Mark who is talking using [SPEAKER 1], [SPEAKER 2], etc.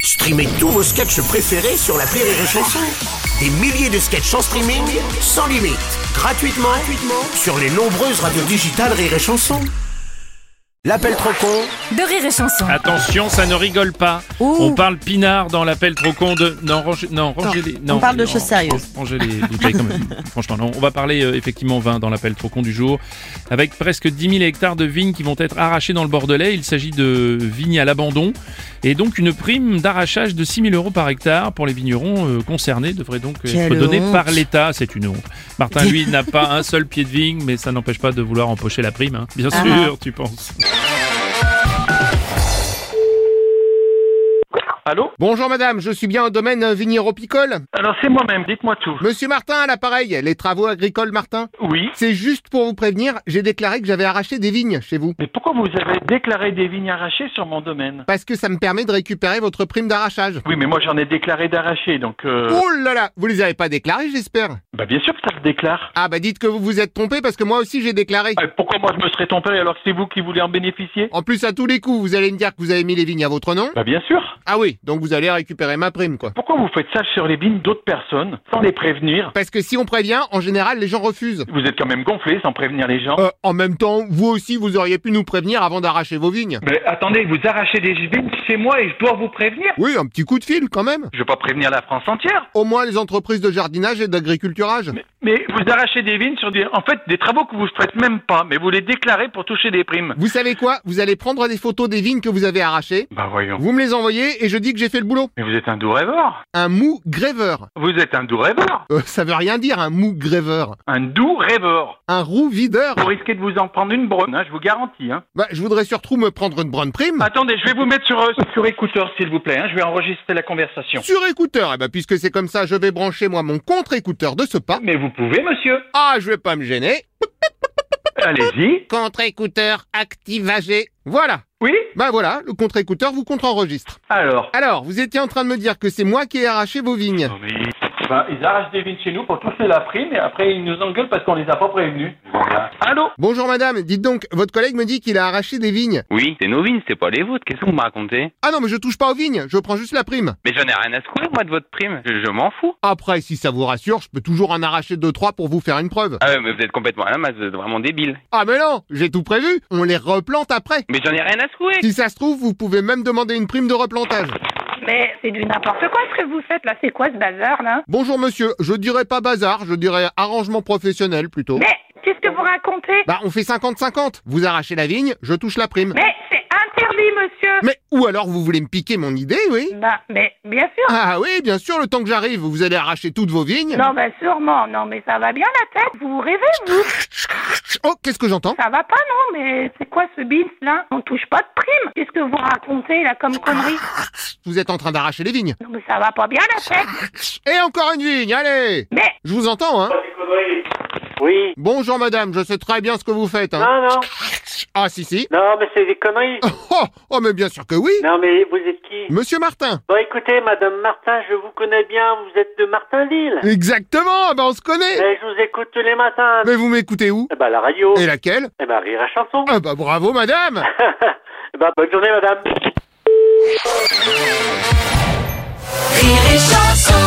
[SPEAKER 1] Streamez tous vos sketchs préférés sur la Rire et Chanson. Des milliers de sketchs en streaming, sans limite, gratuitement, gratuitement sur les nombreuses radios digitales Rire et Chanson. L'appel trop con
[SPEAKER 2] de rire et chanson.
[SPEAKER 3] Attention, ça ne rigole pas.
[SPEAKER 2] Ouh.
[SPEAKER 3] On parle pinard dans l'appel trop con de... Non, rangez, non, rangez les... Non,
[SPEAKER 4] on parle de
[SPEAKER 3] non,
[SPEAKER 4] choses sérieuses.
[SPEAKER 3] Rangez les bouteilles quand même. Franchement, non. On va parler euh, effectivement vin dans l'appel trop con du jour. Avec presque 10 000 hectares de vignes qui vont être arrachés dans le Bordelais. Il s'agit de vignes à l'abandon. Et donc une prime d'arrachage de 6 000 euros par hectare pour les vignerons euh, concernés devrait donc être
[SPEAKER 4] Quelle
[SPEAKER 3] donnée
[SPEAKER 4] honte.
[SPEAKER 3] par l'État. C'est une honte. Martin, lui, n'a pas un seul pied de vigne, mais ça n'empêche pas de vouloir empocher la prime. hein. Bien
[SPEAKER 4] Ah.
[SPEAKER 3] sûr, tu penses.
[SPEAKER 5] Allô
[SPEAKER 6] Bonjour madame, je suis bien au domaine vigneropicole.
[SPEAKER 5] Alors c'est moi-même, dites-moi tout.
[SPEAKER 6] Monsieur Martin à l'appareil, les travaux agricoles Martin.
[SPEAKER 5] Oui.
[SPEAKER 6] C'est juste pour vous prévenir, j'ai déclaré que j'avais arraché des vignes chez vous.
[SPEAKER 5] Mais pourquoi vous avez déclaré des vignes arrachées sur mon domaine
[SPEAKER 6] Parce que ça me permet de récupérer votre prime d'arrachage.
[SPEAKER 5] Oui, mais moi j'en ai déclaré d'arrachées, donc... Euh...
[SPEAKER 6] Oh là là, vous les avez pas déclarés j'espère.
[SPEAKER 5] Bah bien sûr que ça se déclare.
[SPEAKER 6] Ah bah dites que vous vous êtes trompé parce que moi aussi j'ai déclaré.
[SPEAKER 5] Ah, pourquoi moi je me serais trompé alors que c'est vous qui voulez en bénéficier
[SPEAKER 6] En plus à tous les coups, vous allez me dire que vous avez mis les vignes à votre nom.
[SPEAKER 5] Bah bien sûr.
[SPEAKER 6] Ah oui, donc vous allez récupérer ma prime quoi.
[SPEAKER 5] Pourquoi vous faites ça sur les vignes d'autres personnes, sans les prévenir
[SPEAKER 6] Parce que si on prévient, en général les gens refusent.
[SPEAKER 5] Vous êtes quand même gonflé sans prévenir les gens.
[SPEAKER 6] Euh, en même temps, vous aussi vous auriez pu nous prévenir avant d'arracher vos vignes.
[SPEAKER 5] Mais attendez, vous arrachez des vignes chez moi et je dois vous prévenir
[SPEAKER 6] Oui, un petit coup de fil quand même.
[SPEAKER 5] Je vais pas prévenir la France entière.
[SPEAKER 6] Au moins les entreprises de jardinage et d'agriculturage.
[SPEAKER 5] Mais, mais vous arrachez des vignes sur des... En fait, des travaux que vous ne faites même pas, mais vous les déclarez pour toucher des primes.
[SPEAKER 6] Vous savez quoi Vous allez prendre des photos des vignes que vous avez arrachées,
[SPEAKER 5] Bah voyons.
[SPEAKER 6] vous me les envoyez et je dis que j'ai fait le boulot.
[SPEAKER 5] Mais vous êtes un doux rêveur.
[SPEAKER 6] Un mou gréveur.
[SPEAKER 5] Vous êtes un doux rêveur.
[SPEAKER 6] Euh, ça veut rien dire, un mou gréveur.
[SPEAKER 5] Un doux rêveur.
[SPEAKER 6] Un roux videur.
[SPEAKER 5] Vous risquez de vous en prendre une brune, hein, je vous garantis. Hein.
[SPEAKER 6] Bah, je voudrais surtout me prendre une bonne prime.
[SPEAKER 5] Attendez, je vais vous mettre sur, euh, sur écouteur, s'il vous plaît. hein, je vais enregistrer la conversation.
[SPEAKER 6] Sur écouteur, eh ben, puisque c'est comme ça, je vais brancher moi mon contre-écouteur de ce pas.
[SPEAKER 5] Mais vous pouvez, monsieur.
[SPEAKER 6] Ah, je vais pas me gêner.
[SPEAKER 5] Allez-y.
[SPEAKER 6] Contre-écouteur activagé. Voilà.
[SPEAKER 5] Oui
[SPEAKER 6] Bah voilà, le contre-écouteur vous contre-enregistre.
[SPEAKER 5] Alors.
[SPEAKER 6] Alors, vous étiez en train de me dire que c'est moi qui ai arraché vos vignes.
[SPEAKER 5] Non, mais- Ben, ils arrachent des vignes chez nous pour toucher la prime et après ils nous engueulent parce qu'on les a pas prévenus. Allô
[SPEAKER 6] Bonjour madame, dites donc, votre collègue me dit qu'il a arraché des vignes.
[SPEAKER 7] Oui, c'est nos vignes, c'est pas les vôtres. Qu'est-ce que vous me racontez
[SPEAKER 6] Ah non, mais je touche pas aux vignes, je prends juste la prime.
[SPEAKER 7] Mais j'en ai rien à secouer, moi, de votre prime. Je, je m'en fous.
[SPEAKER 6] Après, si ça vous rassure, je peux toujours en arracher deux, trois pour vous faire une preuve.
[SPEAKER 7] Ah ouais, mais vous êtes complètement à la masse, vous êtes vraiment débile.
[SPEAKER 6] Ah mais non, j'ai tout prévu, on les replante après.
[SPEAKER 7] Mais j'en ai rien à secouer.
[SPEAKER 6] Si ça se trouve, vous pouvez même demander une prime de replantage.
[SPEAKER 8] Mais c'est du n'importe quoi ce que vous faites là, c'est quoi ce bazar là
[SPEAKER 6] Bonjour monsieur, je dirais pas bazar, je dirais arrangement professionnel plutôt.
[SPEAKER 8] Mais Eh, qu'est-ce que vous racontez
[SPEAKER 6] Bah on fait 50-50, vous arrachez la vigne, je touche la prime.
[SPEAKER 8] Mais Eh, c'est interdit monsieur
[SPEAKER 6] Mais ou alors vous voulez me piquer mon idée, oui
[SPEAKER 8] Bah, mais bien sûr
[SPEAKER 6] Ah oui, bien sûr, le temps que j'arrive, vous allez arracher toutes vos vignes.
[SPEAKER 8] Non mais sûrement, non mais ça va bien la tête, vous rêvez vous
[SPEAKER 6] Oh, qu'est-ce que j'entends
[SPEAKER 8] Ça va pas non, mais c'est quoi ce bins là On touche pas de prime Qu'est-ce que vous racontez là comme connerie
[SPEAKER 6] Vous êtes en train d'arracher les vignes.
[SPEAKER 8] Non mais ça va pas bien la tête
[SPEAKER 6] Et encore une vigne, allez
[SPEAKER 8] Mais
[SPEAKER 6] Je vous entends, hein
[SPEAKER 9] Oui.
[SPEAKER 6] Bonjour madame, je sais très bien ce que vous faites, hein
[SPEAKER 9] Non, non.
[SPEAKER 6] Ah si si
[SPEAKER 9] Non, mais c'est des conneries.
[SPEAKER 6] Oh, oh mais bien sûr que oui
[SPEAKER 9] Non, mais vous êtes qui
[SPEAKER 6] Monsieur Martin
[SPEAKER 9] Bon, écoutez, Madame Martin, je vous connais bien. Vous êtes de Martinville.
[SPEAKER 6] Exactement, ah ben on se connaît
[SPEAKER 9] Eh, je vous écoute tous les matins.
[SPEAKER 6] Mais vous m'écoutez où
[SPEAKER 9] Eh ben, la radio.
[SPEAKER 6] Et laquelle
[SPEAKER 9] Eh ben, rire à chanson.
[SPEAKER 6] Ah bah bravo madame
[SPEAKER 9] eh ben, bonne journée, Madame.
[SPEAKER 2] Rire et chanson.